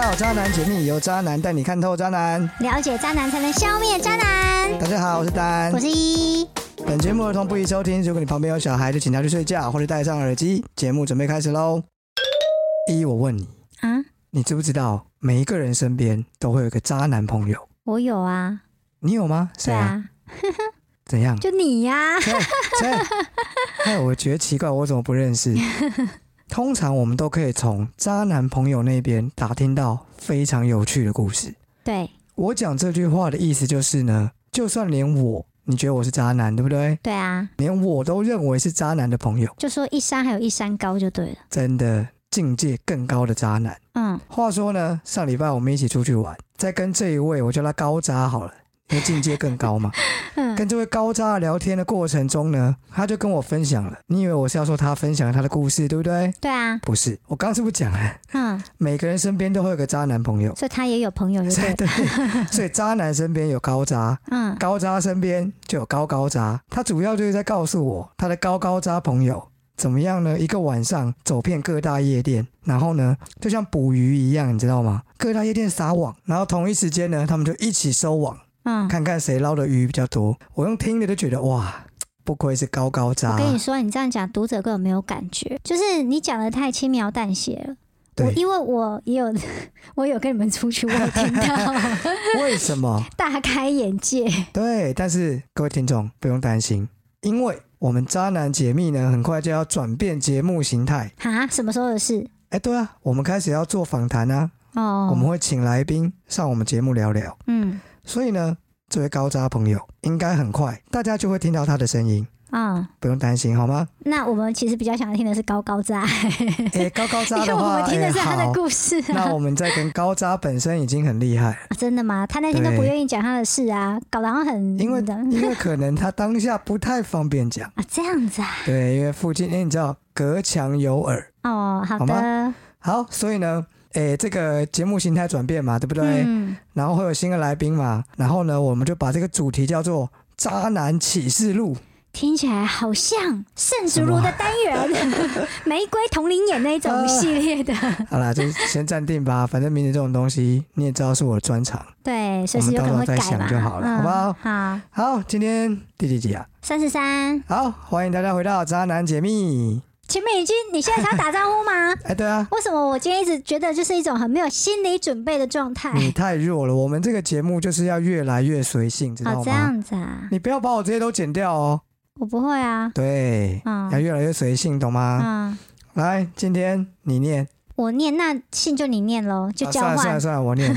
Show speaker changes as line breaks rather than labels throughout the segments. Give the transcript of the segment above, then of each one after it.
好，渣男解密由渣男带你看透渣男。
了解渣男才能消灭渣男。
大家好，我是丹
我。是一，
本节目儿童不宜收听，如果你旁边有小孩，就请他去睡觉或者戴上耳机。节目准备开始喽。一，我问你，
啊，
你知不知道每一个人身边都会有一个渣男朋友？
我有啊，
你有吗？谁
对
啊？
啊，
怎样？
就你呀、
谁？谁？哎，我觉得奇怪，我怎么不认识？通常我们都可以从渣男朋友那边打听到非常有趣的故事。
对
我讲这句话的意思就是呢，就算连我，你觉得我是渣男，对不对？
对啊，
连我都认为是渣男的朋友，
就说一山还有一山高就对了。
真的境界更高的渣男。
嗯，
话说呢，上礼拜我们一起出去玩，在跟这一位我叫他高渣好了，因为境界更高 嘛。
嗯
跟这位高渣聊天的过程中呢，他就跟我分享了。你以为我是要说他分享他的故事，对不对？
对啊，
不是，我刚刚是不是讲了，
嗯，
每个人身边都会有个渣男朋友，
所以他也有朋友就
所
对
以
了。
对，所以渣男身边有高渣，
嗯，
高渣身边就有高高渣，他主要就是在告诉我他的高高渣朋友怎么样呢？一个晚上走遍各大夜店，然后呢，就像捕鱼一样，你知道吗？各大夜店撒网，然后同一时间呢，他们就一起收网，
嗯，
看看谁捞的鱼比较多。我用听的就觉得哇，不愧是高高渣
我，跟你说，你这样讲，读者根本没有感觉，就是你讲的太轻描淡写了。我
对，
因为我也有， 我有跟你们出去，我有听 到，
为什 么？
大开眼界。
对，但是各位听众不用担心，因为我们渣男解密呢，很快就要转变节目形态。
哈，啊什么时候的事？
哎，对啊，我们开始要做访谈啊，
哦，
我们会请来宾上我们节目聊聊。
嗯
所以呢，这位高渣朋友应该很快大家就会听到他的声音，
啊、嗯
不用担心好 吗？
那我们其实比较想要听的是高高渣，
诶，高高
因
渣
为
的
我
话，
们听的是
诶
他的
好
故事、 啊
那我们再跟高渣本身已经很厉害 了，
啊真的吗？他那天都不
对
愿意讲他的事啊，搞得好像很
因为
啊
因为可能他当下不太方便讲，
这样子啊，
对，因为附近，诶，你知道隔墙有耳，
哦，好
好
的，
好，所以呢，诶，这个节目形态转变嘛，对不对？
嗯，
然后会有新的来宾嘛，然后呢，我们就把这个主题叫做“渣男启示录”。
听起来好像圣主如的单 元，玫瑰同龄眼那一种系列的，
好啦，就先暂定吧。反正名字这种东西，你也知道是我的专长。
对，随时有可能会
我们到
改
时候再
嘛，
想就好了
嗯
好不好
好，
好，今天第几集啊？
三十三，
好，欢迎大家回到《渣男解密》。
前面已经，你现在才要打招 呼吗？
哎，对啊，
为什么我今天一直觉得就是一种很没有心理准备的状态？
你太弱了。我们这个节目就是要越来越随性，知道
哦，这
吗？
样子啊，
你不要把我这些都剪掉哦。
我不会啊，
对，
嗯
要越来越随性，懂吗？
嗯，
来，今天你念，
我念那信就你念喽，就
啊
交
算了算
换
了。算了，我念。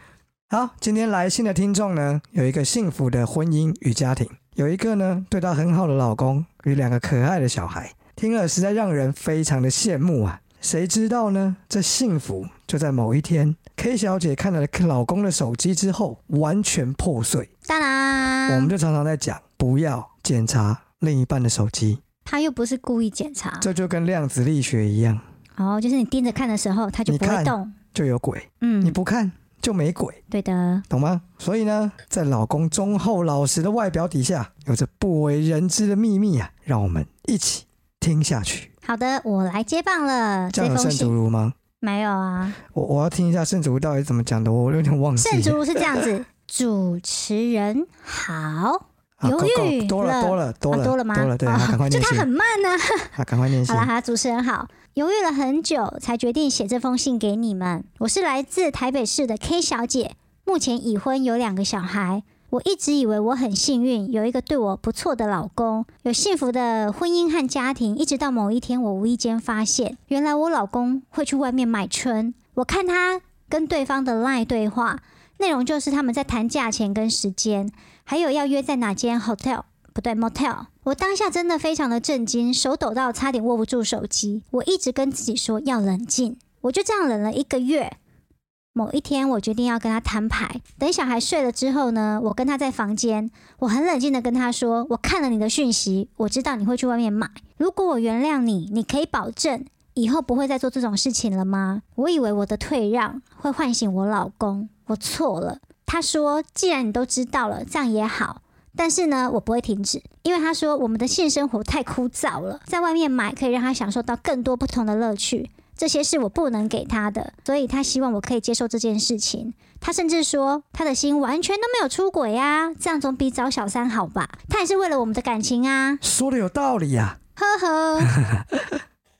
好，今天来信的听众呢，有一个幸福的婚姻与家庭，有一个呢对她很好的老公与两个可爱的小孩，听了实在让人非常的羡慕啊！谁知道呢，这幸福就在某一天，K 小姐看了老公的手机之后，完全破碎。
当
我们
然，
就常常在讲，不要检查另一半的手机，
他又不是故意检查，
这就跟量子力学一样，
哦，就是你盯着看的时候，他就
你
不会
看
动。
就有鬼，你
嗯，
不看就没鬼。
对的，
懂吗？所以呢，在老公忠厚老实的外表底下，有着不为人知的秘密啊！让我们一起听下去。
好的，我来接棒了。
这
啊这
样有
封
圣
信
主如吗？
没有啊，
我我要听一下圣主如到底怎么讲的，我有点忘记
圣
了。
主是这样子， 主持人好，
啊
犹
够够
豫
多了
了
多了多
啊
了
多了吗？
多了，对，
哦
好赶快
就
念
他
信
很，慢呢、
啊，赶快念
好
信
啦，。好啦，主持人好，犹豫了很久才决定写这封信给你们。我是来自台北市的 K 小姐，目前已婚，有两个小孩。我一直以为我很幸运，有一个对我不错的老公，有幸福的婚姻和家庭。一直到某一天，我无意间发现，原来我老公会去外面买春。我看他跟对方的 LINE 对话，内容就是他们在谈价钱跟时间，还有要约在哪间 hotel。不对，motel。我当下真的非常的震惊，手抖到差点握不住手机。我一直跟自己说要冷静，我就这样冷了一个月。某一天，我决定要跟他摊牌。等小孩睡了之后呢，我跟他在房间，我很冷静的跟他说：“我看了你的讯息，我知道你会去外面买。如果我原谅你，你可以保证以后不会再做这种事情了吗？”我以为我的退让会唤醒我老公，我错了。他说：“既然你都知道了，这样也好。”但是呢，我不会停止，因为他说我们的性生活太枯燥了，在外面买可以让他享受到更多不同的乐趣。这些是我不能给他的，所以他希望我可以接受这件事情。他甚至说他的心完全都没有出轨啊，这样总比找小三好吧？他也是为了我们的感情啊，
说的有道理啊 呀、
呵呵。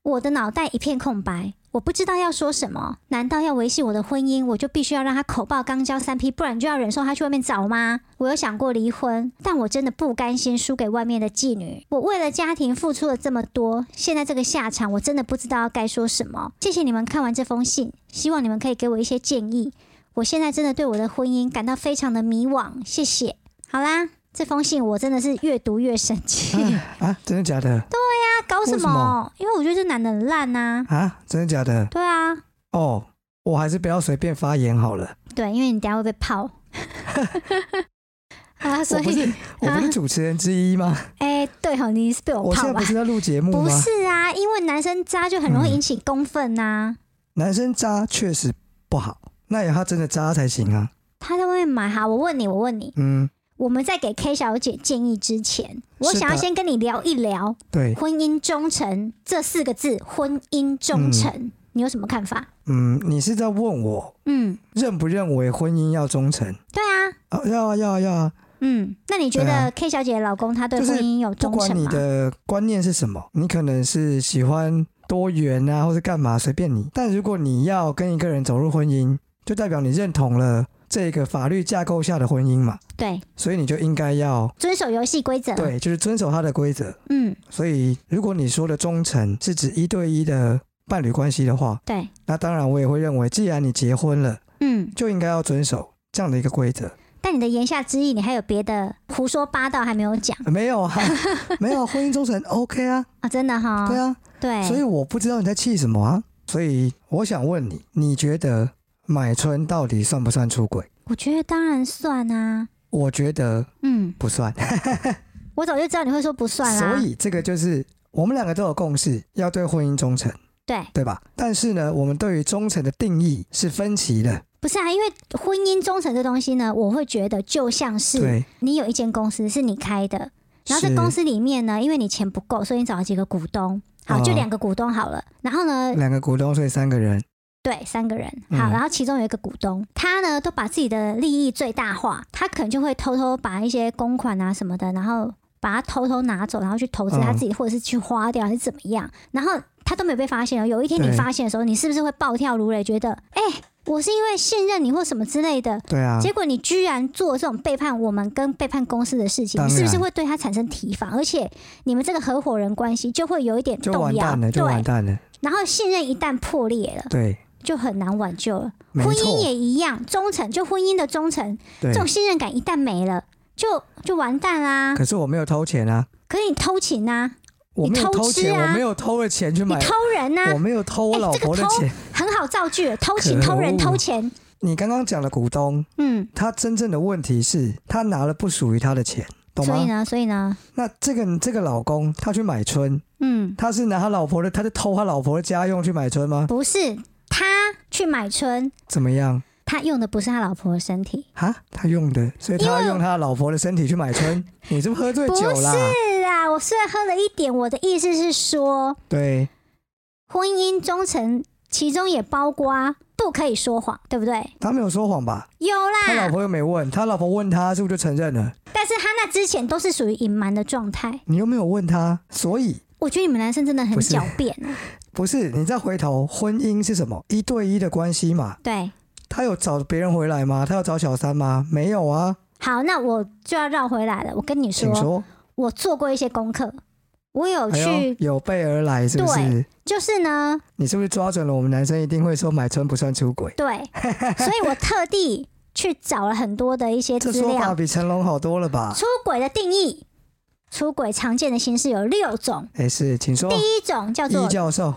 我的脑袋一片空白，我不知道要说什么。难道要维系我的婚姻，我就必须要让他口爆肛交三 P，不然就要忍受他去外面找吗？我有想过离婚，但我真的不甘心输给外面的妓女。我为了家庭付出了这么多，现在这个下场，我真的不知道该说什么。谢谢你们看完这封信，希望你们可以给我一些建议。我现在真的对我的婚姻感到非常的迷惘，谢谢。好啦，这封信我真的是越读越生气。
啊！啊，真的假的？
他搞什
为什么
么？因为我觉得这男的很烂呐、
啊，真的假的？
对啊，
哦，我还是不要随便发言好了。
对，因为你等下会被泡。 啊，所
我不
以啊
是，我不是主持人之一吗？
哎、对吼，你是被我
我现
泡
在
吧
不？是在录节目吗？嗯
不是啊，因为男生渣就很容易引起公愤啊呐、
男生渣确实不好，那也要他真的渣才行啊。
他在外面买哈，我问你，我问你，
嗯，
我们在给 K 小姐建议之前，我
是的
想要先跟你聊一聊
对，
婚姻忠诚这四个字。婚姻忠诚，你有什么看法？
嗯，你是在问我
嗯，
认不认为婚姻要忠诚？
对啊，
啊，要啊，要啊，要啊！
嗯，那你觉
对
得
啊
K 小姐的老公他对
就是
婚姻有
不
忠
管
诚啊
你
吗？
的观念是什么，你可能是喜欢多元啊，或是干嘛，随便你。但如果你要跟一个人走入婚姻，就代表你认同了这个法律架构下的婚姻嘛，
对，
所以你就应该要
遵守游戏规则。，
对，就是遵守它的规则。
嗯，
所以，如果你说的忠诚是指一对一的伴侣关系的话，
对，
那当然我也会认为，既然你结婚了，
嗯。
就应该要遵守这样的一个规则。
但你的言下之意，你还有别的胡说八道还没有讲
呃没 有啊，没有啊婚姻忠诚 OK 啊，
啊？真的哈、
对啊，
对
所以我不知道你在气什么啊。所以我想问你，你觉得买春到底算不算出轨？
我觉得当然算啊。
我觉得
嗯，
不算，
我早就知道你会说不算啊啦。
所以这个就是我们两个都有共识，要对婚姻忠诚，
对，
对吧？但是呢，我们对于忠诚的定义是分歧的，
不是啊，因为婚姻忠诚这东西呢，我会觉得就像是
对，
你有一间公司是你开的，然后这
是
公司里面呢，因为你钱不够，所以你找了几个股东，好，
啊
就两个股东好了。然后呢，
两个股东，所以三个人，
对，三个人。
嗯
好，然后其中有一个股东，他呢都把自己的利益最大化，他可能就会偷偷把一些公款啊什么的，然后把它偷偷拿走，然后去投资他
嗯
自己，或者是去花掉，还是怎么样？然后他都没有被发现哦。有一天你
对
发现的时候，你是不是会暴跳如雷，觉得哎、我是因为信任你或什么之类的？
对啊，
结果你居然做这种背叛我们跟背叛公司的事情，
当
你是不是
然
会对他产生提防？而且你们这个合伙人关系就会有一点
就
动
完
摇，
蛋了，就完
对。
蛋了，
然后信任一旦破裂了，
对，
就很难挽救了。
没
婚姻
错，
也一样，忠诚就婚姻的忠诚，
对
这。种信任感一旦没了，就就完蛋啦。
可是我没有偷钱啊，
可是你偷情啊，
我没有
你偷
偷
吃
钱，
啊
我没有偷了钱去
你
买
偷人呐、
我没有偷我
哎
老
这个
婆的
偷
钱。
很好造句，偷情、
可恶
偷人、偷钱，
你刚刚讲的股东，
嗯。
他真正的问题是，他拿了不属于他的钱，懂啊
所以
吗？
呢，所以呢，
那这个这个老公，他去买春，
嗯，
他是拿他老婆的，他就偷他老婆的家用去买春吗？
不是他去买春，
怎么样？
他用的不是他老婆的身体，
哈，他用的，所以
因为
他用他老婆的身体去买春，你是不是喝醉酒啦？
是啊。我虽然喝了一点，我的意思是说，
对，
婚姻忠诚其中也包括不可以说谎，对不对？
他没有说谎吧？
有
他老
啦，
婆又没问，他老婆问他是不是就承认了？
但是他那之前都是属于隐瞒的状态。
你又没有问他，所以
我觉得你们男生真的很
不是
狡辩啊，
不是你再回头，婚姻是什么？一对一的关系嘛。
对。
他有找别人回来吗？他有找小三吗？没有啊，
好，那我就要绕回来了。我跟你说
请，说。
我做过一些功课，我有
哎
去，
呦有备而来，是不
对
是？
就是呢，
你是不是抓准了我们男生一定会说买春不算出轨？
对， 所以我特地去找了很多的一些
这
资
说法
料。
比成龙好多了吧？
出轨的定义，出轨常见的形式有六种，
哎、是，请说。
第一种叫
一
做
教 授，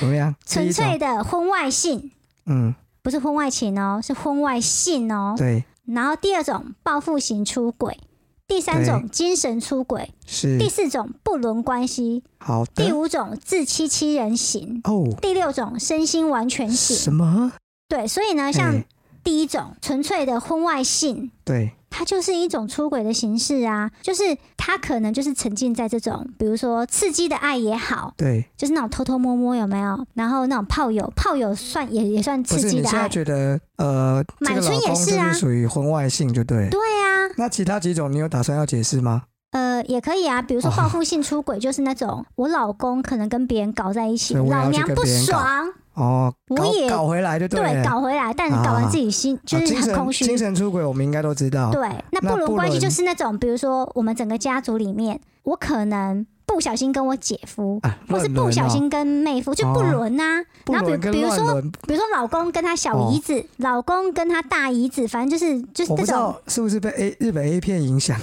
怎么样？
纯
第
粹
一种，
的婚外性，
嗯，
不是婚外情哦，是婚外性哦。
对，
然后第二种报复型出轨，第三种精神出轨，
是
第四种不伦关系，
好
第
的。
五种自欺欺人型，
哦，
第六种身心完全型。
什么？
对，所以呢，像
哎
第一种纯粹的婚外性，
对，
它就是一种出轨的形式啊，就是他可能就是沉浸在这种，比如说刺激的爱也好，
对，
就是那种偷偷摸摸有没有，然后那种炮友，炮友算也也算
不
刺
是
激
你
的
现在
爱，
觉得呃，这个
满村
老
也
公
是
就
啊
是属于婚外性就对了。
对啊，
那其他几种你有打算要解释吗？
呃，也可以啊，比如
哦
说报复性出轨，就是那种我老公可能跟别人搞在一起，
所以我也要
老
去
娘
跟
不
别人搞
爽，
哦，
我
搞
也
搞回来就
对，
了。
搞回来，但搞完自己心、就
啊
是
精
很
神
空虚，
精神出轨我们应该都知道。
对，那
那
不
不
伦关系
伦
就是那种，比如说我们整个家族里面，我可能不小心跟我姐夫，
啊，
或是
乱伦
不小
哦，
心跟妹夫，就不
哦
伦呐、
不
然后比
伦跟
比如
乱
说
伦，
比如说老公跟他小
哦
姨子，老公跟他大姨子，反正就是就是
我不
这
知
种
道是不是被 A 日本 A 片影响，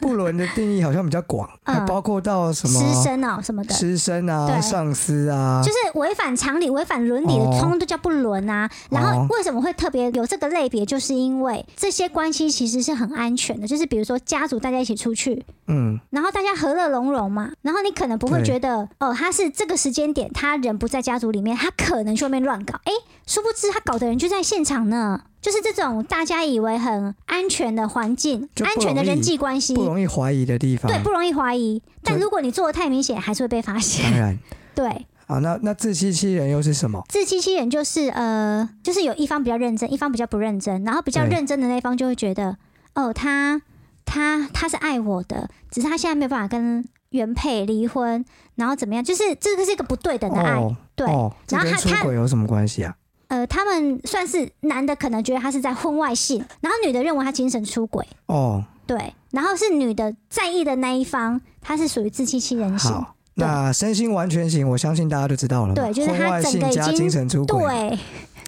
不伦的定义好像比较广，
嗯
还包括到什么
师生哦什么的。
师生啊、
对
上司啊
就，是违反常理、违反伦理的，
哦
通通都叫不伦啊。然
哦
后为什么会特别有这个类别，就是因为这些关系其实是很安全的，就是比如说家族大家一起出去，
嗯，
然后大家和乐融融嘛，然后你可能不会
对
觉得哦，他是这个时间点他人不在家族里面，他可能去外面乱搞，诶，殊不知他搞的人就在现场呢。就是这种大家以为很安全的环境、
就不
安全的人际关系，
不容易怀疑的地方。
对，不容易怀疑。但
对
如果你做的太明显，还是会被发
当
现。
然。
对，
好，那那自欺欺人又是什么？
自欺欺人就是呃，就是有一方比较认真，一方比较不认真，然后比较
对
认真的那一方就会觉得，哦，他他他是爱我的，只是他现在没有办法跟原配离婚，然后怎么样？就是这个是一个不对等的爱，
哦，
对。
哦，这
然后
跟
他
出
他
轨有什么关系啊？
呃，他们算是男的可能觉得他是在婚外性，然后女的认为他精神出轨，
哦，
对，然后是女的在意的那一方，他是属于自欺欺人型，
好，那身心完全型，我相信大家都知道了嘛。
对就是他
婚外
整个
性
已
加
经
精神出轨，
对。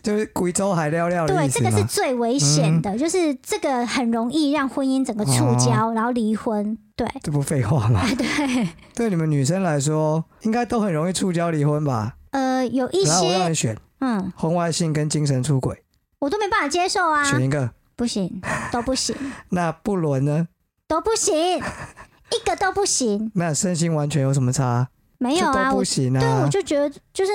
就是贵州海料料的
对，
意思
这个是
嘛。
最危险
嗯
的，就是这个很容易让婚姻整个触
哦
礁，然后离婚。对，
这不废话吗？
对，
对你们女生来说，应该都很容易触礁离婚吧？
呃，有一
然后我让
些，
你选
嗯，
婚外性跟精神出轨，
我都没办法接受啊，
选一个。
不行，都 不行，
那不伦呢？
都不行，一个都不行，
那身心完全有什么差？
没
这
有
都
啊，我
不行
对，
啊
我。就觉得就是。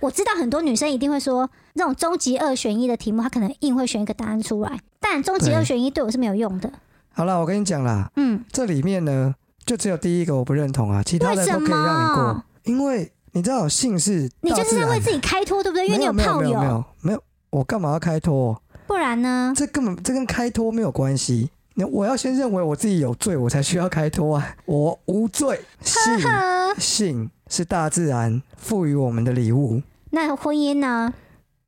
我知道很多女生一定会说，那种终极二选一的题目，她可能硬会选一个答案出来，但终极
对
二选一对我是没有用的。
好了，我跟你讲啦，
嗯，
这里面呢，就只有第一个我不认同啊，其他
为
的
什
都可以让你过
么，？
因为你知道性是
你
大
就是在
然
为自己开脱，对不对？因
没
为你
有没有
炮
没有没
友，
有没有，我干嘛要开脱？
不然呢？
这根本这跟开脱没有关系。那我要先认为我自己有罪，我才需要开脱啊！ 我无罪，性
呵，
性是大自然赋予我们的礼物，
那婚姻 呢？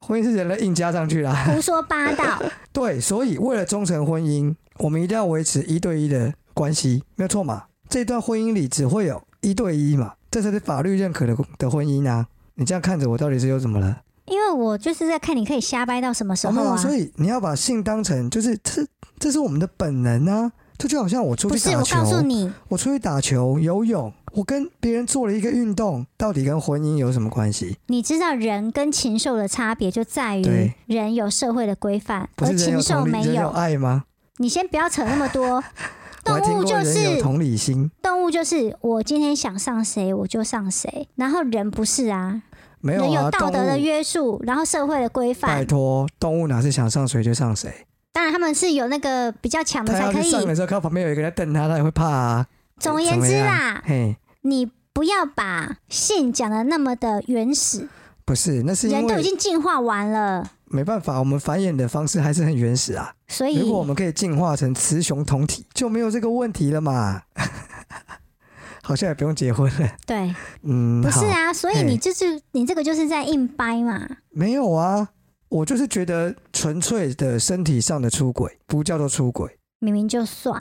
婚姻是人类硬加上去啦。
胡说八道，
对，所以为了忠诚婚姻，我们一定要维持一对一的关系，没有错嘛？这段婚姻里只会有一对一嘛，这才是法律认可的的婚姻啊！你这样看着我，到底是又怎么了？
因为我就是在看你可以瞎掰到什么时
没
候
有，
啊？
哦所以你要把性当成就是这这是我们的本能啊！这就好像我出
不
去
是，
打
我
球，
告诉你，
我出去打球、游泳，我跟别人做了一个运动，到底跟婚姻有什么关系？
你知道人跟禽兽的差别就在于
对
人有社会的规范，
不
而
是人
禽
有
兽
同理，
呃没
人有
有。
爱吗？
你先不要扯那么多，
我还
动
听
物
过
就
人有
是
同理心，
动物就是我今天想上谁我就上谁，然后人不是啊，
没有
人
啊，
有道
动
德的
物
约束，然后社会的规
拜
范，
托，动物哪是想上谁就上谁？
当然他们是有那个比较强的
它
才
要
可
去上
以。
的时候，看到旁边有一个人在瞪它，它也会怕啊。
总而言
怎么
之
样
啦，
嘿，
你不要把性讲的那么的原始，
不是，那是因
人都已
为
经进化完了，
没办法，我们繁衍的方式还是很原始啊。
所以
如果我们可以进化成雌雄同体，就没有这个问题了嘛。 好像也不用结婚了，
对，
嗯，
不
好
是啊，所以
嘿
你就是你这个就是在硬掰嘛，
没有啊，我就是觉得纯粹的身体上的出轨不叫做出轨，
明明就算。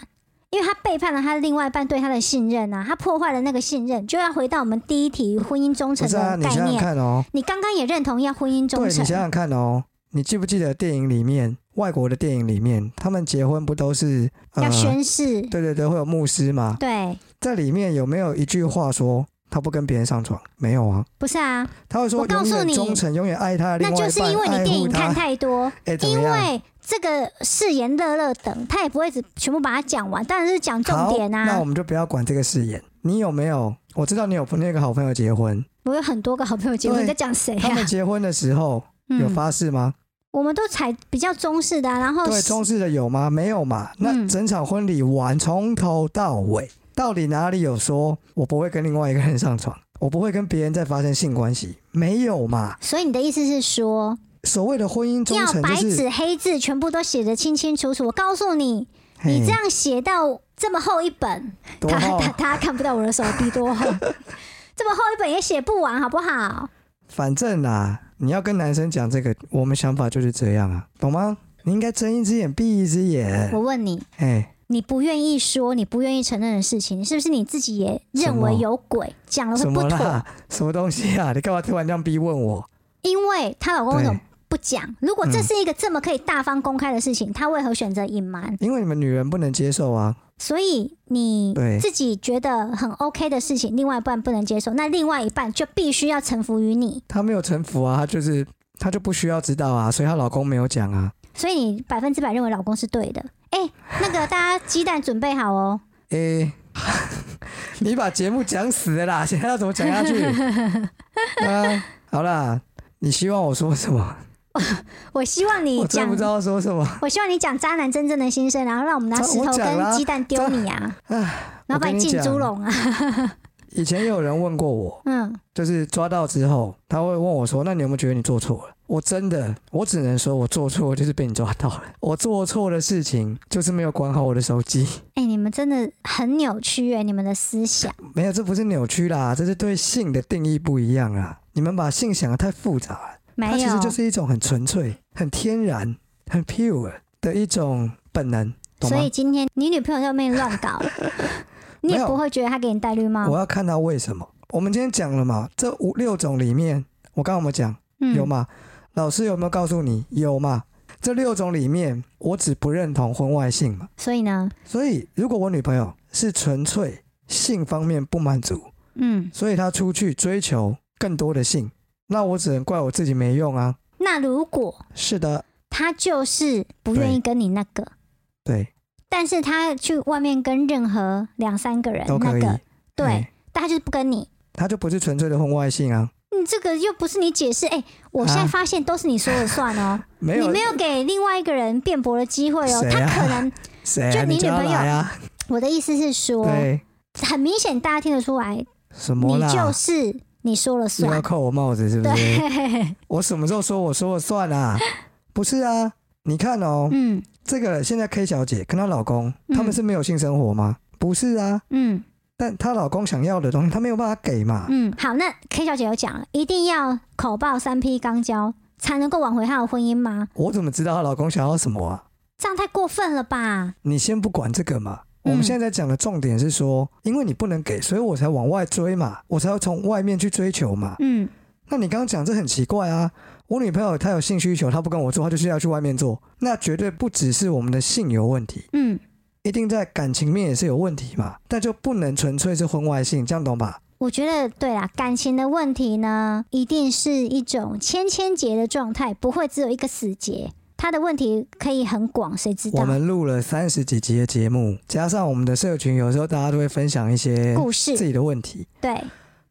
因为他背叛了他另外一半对他的信任啊，他破坏了那个信任，就要回到我们第一题婚姻忠
不
诚
是啊？
的
你
概
想想
念。
看哦，
你刚刚也认同要婚姻
对
忠
你想
诚，
想看哦，你记不记得电影里面，外国的电影里面，他们结婚不都是呃
要，宣誓，
对对对，会有牧师嘛？
对，
在里面有没有一句话说他不跟别人上床？没有啊，
不是啊，
他会说
我告
永
诉
远
你
忠诚，永远爱他的
那
另外
就
一
是
半，
因为你
爱
电
护
影
他。
看太多，
哎，怎么
因
样？
为这个誓言乐乐等，他也不会只全部把它讲完，当然是讲重
好，
点
那
啊
我。们就不要管这个誓言。你有没有？我知道你有朋那个好朋友结婚，
我有很多个好朋友结婚，
对
你在讲谁
他
啊
们？结婚的时候有
嗯，
发誓吗？
我们都采比较中式的啊、然后
对，中式的有吗？没有嘛。那
嗯
整场婚礼完从头到尾，到底哪里有说我不会跟另外一个人上床，我不会跟别人再发生性关系？没有嘛。
所以你的意思是说，
所谓的婚姻忠
要
诚
白
就是，
纸黑字全部都写得清清楚楚。我告诉你，
嘿
你这样写到这么厚一本，
多
他
好啊
他，他看不到我的手臂多厚， 这么厚一本也写不完，好不好？
反正啦，你要跟男生讲这个，我们想法就是这样啊，懂吗？你应该睁一只眼闭一只眼
我，问你，
哎，
你不愿意说，你不愿意承认的事情，是不是你自己也认为有鬼，讲了会
什
不
么
妥？
啦？什么东西啊？ 你干嘛突然这样逼问我？
因为她老公为什么不讲？如果这
嗯
是一个这么可以大方公开的事情，她为何选择隐瞒？
因为你们女人不能接受啊，
所以你
对
自己觉得很 OK 的事情，另外一半不能接受，那另外一半就必须要臣服于你。
她没有臣服啊，她就是她就不需要知道啊，所以她老公没有讲啊。
所以你百分之百认为老公是对的。哎、那个大家鸡蛋准备好哦。
诶、 你把节目讲死了啦，现在要怎么讲下去？ 对啊，好啦，你希望我说什么？
我希望你
我真
讲，
不知
我
道说什么。
希望你讲渣男真正的心声，然后让我们拿
渣
石
我
头
讲啦
跟鸡蛋丢你啊，然后把
我跟你
进
讲
猪笼啊。
以前有人问过我，
嗯，
就是抓到之后，他会问我说：“那你有没有觉得你做错了？”我真的，我只能说我做错就是被你抓到了。我做错的事情就是没有管好我的手机。
哎、你们真的很扭曲耶、你们的思想。
没有，这不是扭曲啦，这是对性的定义不一样啦。你们把性想的太复杂了，它
没
其实
有，
就是一种很纯粹、很天然、很 pure 的一种本能，懂
所以
吗？
今天你女朋友在被你乱搞， 你
没
也
有
不会觉得她给你戴绿帽
我。要看到为什么。我们今天讲了嘛，这五六种里面，我刚刚我们讲
嗯
有嘛？老师有没有告诉你有嘛？这六种里面，我只不认同婚外性嘛。
所以呢，
所以，如果我女朋友是纯粹性方面不满足，
嗯，
所以她出去追求更多的性，那我只能怪我自己没用啊。
那如果
是的，
她就是不愿意跟你那个，
对，
但是她去外面跟任何两三个人
都
那
可以。
个，对，
哎，
但她就是不跟你。
他就不是纯粹的婚外性啊，
你这个又不是你解释，哎、我现在
啊
发现都是你说了算哦，
没
你
有
没有给另外一个人辩驳的机会哦。
谁
他
啊
可能，
谁啊，
就你
你
女
叫他
朋友
来啊，
我的意思是 说，
对，
很明显大家听得出来，
什么
你
啦？
就是你说了
又要
算。
扣我帽子是不是？
对，
我什么时候说我说了算啊？不是啊，你看哦，
嗯
这个现在 K 小姐跟她老公，
嗯
他们是没有性生活吗？不是啊，
嗯
但她老公想要的东西，她没有办法给嘛。
嗯，好，那 K 小姐有讲了，一定要口爆三 P 肛交才能够挽回她的婚姻吗？
我怎么知道她老公想要什么啊？
这样太过分了吧？
你先不管这个嘛。
嗯
我们现在在讲的重点是说，因为你不能给，所以我才往外追嘛，我才要从外面去追求嘛。
嗯，
那你刚刚讲这很奇怪啊！我女朋友她有性需求，她不跟我做，她就是要去外面做，那绝对不只是我们的性有问题，
嗯，
一定在感情面也是有问题嘛。但就不能纯粹是婚外性，这样懂吧？
我觉得对啦，感情的问题呢，一定是一种千千结的状态，不会只有一个死结。他的问题可以很广，谁知
我
道？
们录了三十几集的节目，加上我们的社群，有时候大家都会分享一些
故
自
事
己的问题。
对，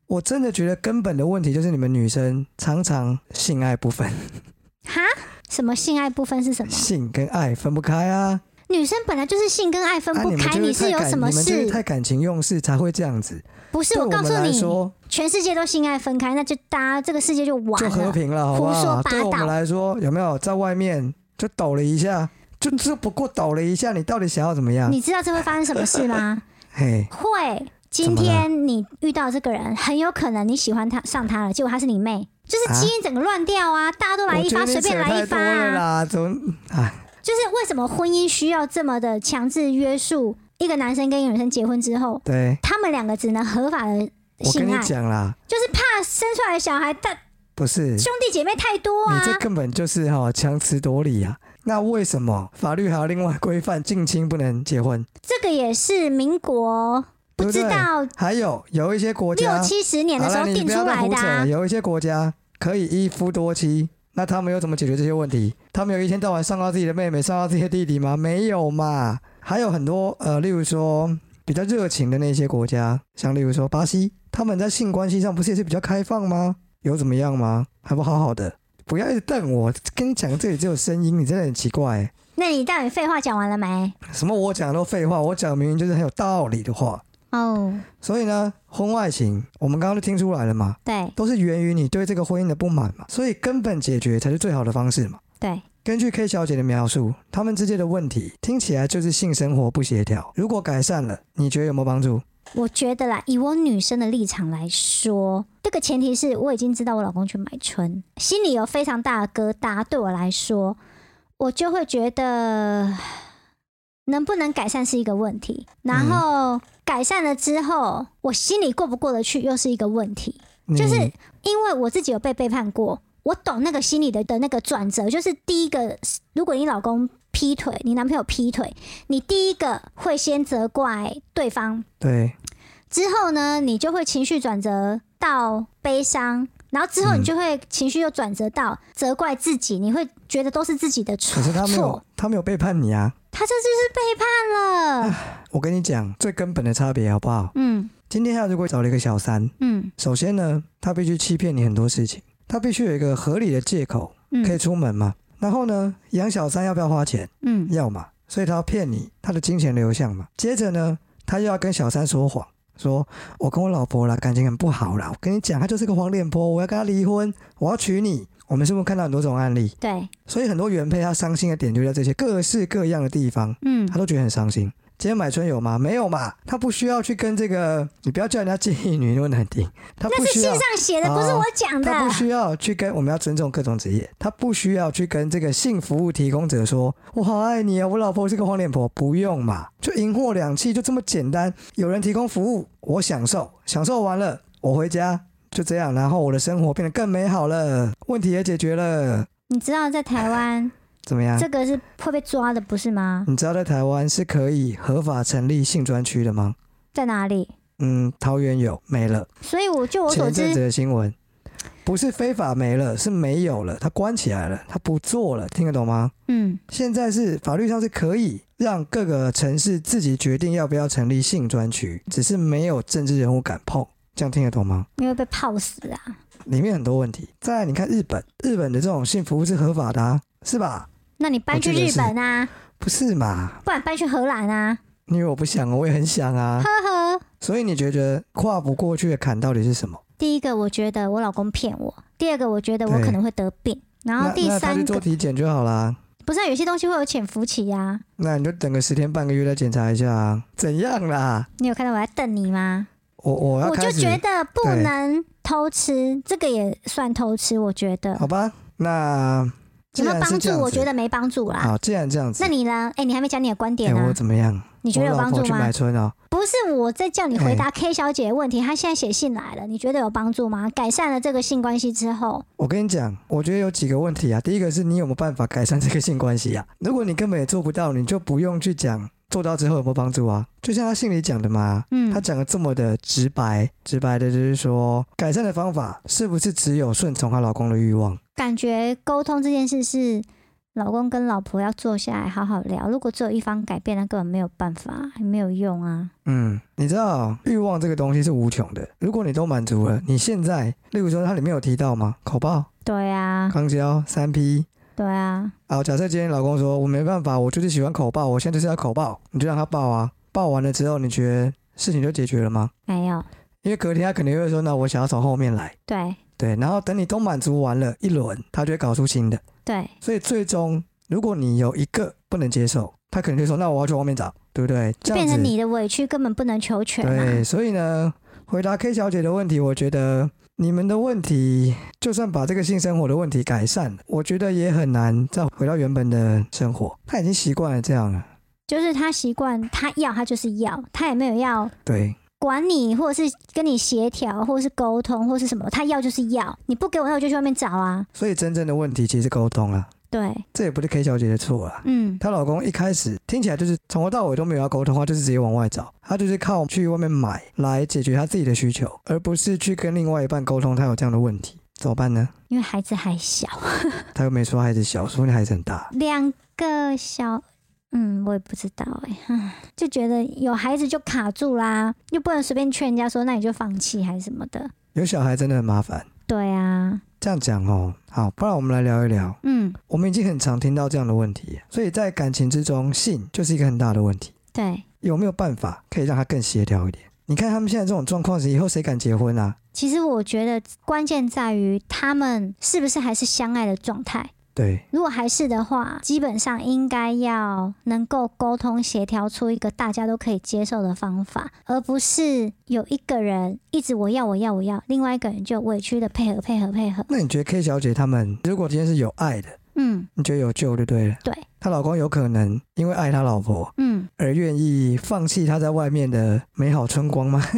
我真的觉得根本的问题就是你们女生常常性爱不分，
哈，什么性爱不分是什么？
性跟爱分不开啊。
女生本来就是性跟爱分
啊，
不
你们
开，
就是
是
太
有
感
什么
你们就是
事？
太感情用事才会这样子。
不是
对
我告
们
诉
来
你，
说，
全世界都性爱分开，那就大家这个世界就完
就和
了。
平了，好不
胡说
好？
八道
对我们来说，有没有在外面就抖了一下，就就不过抖了一下，你到底想要怎么样？
你知道这会发生什么 事吗？
嘿，
会，
怎
今
么了
天你遇到这个人，很有可能你喜欢他上他了，结果他是你妹，就是基因整个乱掉啊！大家都来
我
一
觉得
发，
你
随
扯
便来
太
一发
多了
啊！
啦，怎么？哎，
就是为什么婚姻需要这么的强制约束？一个男生跟一个女生结婚之后，
对，
他们两个只能合法的
我跟
性
你
爱，
讲啦，
就是怕生出来的小孩大
不是，
兄弟姐妹太多
你
啊！
这根本就是哈、强词夺理啊。那为什么法律还有另外规范近亲不能结婚？
这个也是民国
对
不
不
知
对
道
还有有一些国家，
六七十年的时
好
候
了，你
定
不要
出
再
来
胡
的、
扯
啊
了。。有一些国家可以一夫多妻，那他们又怎么解决这些问题？他们有一天到晚上到自己的妹妹，上到自己的弟弟吗？没有嘛。还有很多呃，例如说比较热情的那些国家，像例如说巴西，他们在性关系上不是也是比较开放吗？有怎么样吗？还不好好的，不要一直瞪我，跟你讲这里只有声音，你真的很奇怪欸。
那你到底废话讲完了没？
什么我讲的都废话，我讲的明明就是很有道理的话。
哦，
所以呢，婚外情我们刚刚就听出来了嘛，
对
都是源于你对这个婚姻的不满嘛，所以根本解决才是最好的方式嘛。
对，
根据 K 小姐的描述，他们之间的问题听起来就是性生活不协调。如果改善了，你觉得有没有帮助？
我觉得啦，以我女生的立场来说，这个前提是我已经知道我老公去买春，心里有非常大的疙瘩。对我来说，我就会觉得能不能改善是一个问题，然后改善了之后，我心里过不过得去又是一个问题。
你
就是因为我自己有被背叛过，我懂那个心理的的那个转折。就是第一个，如果你老公劈腿，你男朋友劈腿，你第一个会先责怪对方，
对
之后呢，你就会情绪转折到悲伤。然后之后
嗯
你就会情绪又转折到责怪自己，你会觉得都是自己的错
可是他没有
错，，
他没有背叛你啊！
他这就是背叛了。
我跟你讲最根本的差别好不好？
嗯
今天他如果找了一个小三，
嗯
首先呢，他必须欺骗你很多事情，他必须有一个合理的借口可以
嗯
出门嘛。然后呢，养小三要不要花钱？
嗯
要嘛，所以他要骗你他的金钱流向嘛。接着呢，他又要跟小三说谎，说我跟我老婆啦感情很不好啦，我跟你讲，她就是个黄脸婆，我要跟她离婚，我要娶你。我们是不是看到很多种案例？
对，
所以很多原配他伤心的点就在这些各式各样的地方，
嗯
他都觉得很伤心。今天买春有吗？没有嘛，他不需要去跟这个，你不要叫人家介意女，那么难听。他不
那是
需要
信，上写的，
啊
不是我讲的。
他不需要去跟我们要尊重各种职业，他不需要去跟这个性服务提供者说“我好爱你啊，我老婆是个黄脸婆”，不用嘛，就银货两讫，就这么简单。有人提供服务，我享受，享受完了我回家，就这样，然后我的生活变得更美好了，问题也解决了，
你知道在 台湾
怎么样
这？个是会被抓的，不是吗？
你知道在台湾是可以合法成立性专区的吗？
在哪里？
嗯，桃园有没了，
所以我就我
前
所
一阵子
知，
的新闻。不是非法没了，是没有了，他关起来了，他不做了，听得懂吗？
嗯，
现在是法律上是可以让各个城市自己决定要不要成立性专区，只是没有政治人物敢碰。这样听得懂吗？
因为被泡死啊。
里面很多问题。再来，你看日本，日本的这种性服务是合法的、啊，是吧？
那你搬去
我记得
日
是
本啊，
不是嘛？
不然搬去荷兰啊，
因为我不想，我也很想啊。
呵呵。
所以你觉得跨不过去的坎到底是什么？
第一个，我觉得我老公骗我；第二个，我觉得我
对
可能会得病；然后
那
第
那他去
三
做
个，
体检就好啦。
不是啊、有些东西会有潜伏期啊。
那你就等个十天半个月再检查一下啊。怎样啦？
你有看到我在瞪你吗？
我我要
我就
开始
觉得不
对
能偷吃，这个也算偷吃，我觉得
好吧？那既然是
有没有帮
这样
助？
子，
我觉得没帮助啦。
好，既然这样子
那，你呢？哎、你还没讲你的观
哎、
点呢、
我怎么样？
你觉得有
我
帮
老
助
婆去
吗
买？哎春哦，
不是我在叫你回答 K 小姐的问题，她现在写信来了，你觉得有帮助吗？改善了这个性关系之后，
我跟你讲，我觉得有几个问题啊。第一个是你有没有办法改善这个性关系啊？如果你根本也做不到，你就不用去讲做到之后有没有帮助啊。就像他信里讲的嘛，
嗯
他讲的这么的直白，直白的就是说，改善的方法是不是只有顺从她老公的欲望？
感觉沟通这件事是老公跟老婆要坐下来好好聊。如果只有一方改变，那根本没有办法，没有用啊。
嗯，你知道欲望这个东西是无穷的，如果你都满足了，你现在，例如说它里面有提到嘛，口爆、
对啊，
肛交、三 P，
对啊，
好，假设今天老公说我没办法，我就是喜欢口爆，我现在就是要口爆，你就让他爆啊，爆完了之后，你觉得事情就解决了吗？
没有，
因为隔天他肯定会说，那我想要从后面来，
对
对，然后等你都满足完了一轮，他就会搞出新的，
对，
所以最终如果你有一个不能接受，他肯定就说，那我要去外面找，对不对？这
就
样
变
子
成你的委屈根本不能求全
对，
啊。
所以呢，回答 K 小姐的问题，我觉得你们的问题，就算把这个性生活的问题改善，我觉得也很难再回到原本的生活。他已经习惯了这样了，
就是他习惯，他要他就是要，他也没有要
对，
管你，或者是跟你协调，或者是沟通，或是什么，他要就是要，你不给我，那我就去外面找啊。
所以真正的问题其实是沟通啊，
对，
这也不是 K 小姐的错啊。
嗯，
她老公一开始听起来就是从头到尾都没有要沟通，她就是直接往外找，她就是靠去外面买来解决她自己的需求，而不是去跟另外一半沟通她有这样的问题，怎么办呢？
因为孩子还小，
她又没说孩子小，说明孩子很大，
两个小，嗯，我也不知道哎、唉 就觉得有孩子就卡住啦，又不能随便劝人家说那你就放弃还是什么的。
有小孩真的很麻烦。
对啊，
这样讲哦，好，不然我们来聊一聊。
嗯，
我们已经很常听到这样的问题，所以在感情之中，性就是一个很大的问题。
对，
有没有办法可以让它更协调一点？你看他们现在这种状况，以后谁敢结婚啊？
其实我觉得关键在于他们是不是还是相爱的状态。
对，
如果还是的话，基本上应该要能够沟通协调出一个大家都可以接受的方法，而不是有一个人一直我要我要我要，另外一个人就委屈的配合配合配合。
那你觉得 K 小姐他们如果今天是有爱的，
嗯
你觉得有救就对了。
对，
她老公有可能因为爱她老婆
嗯，
而愿意放弃她在外面的美好春光吗？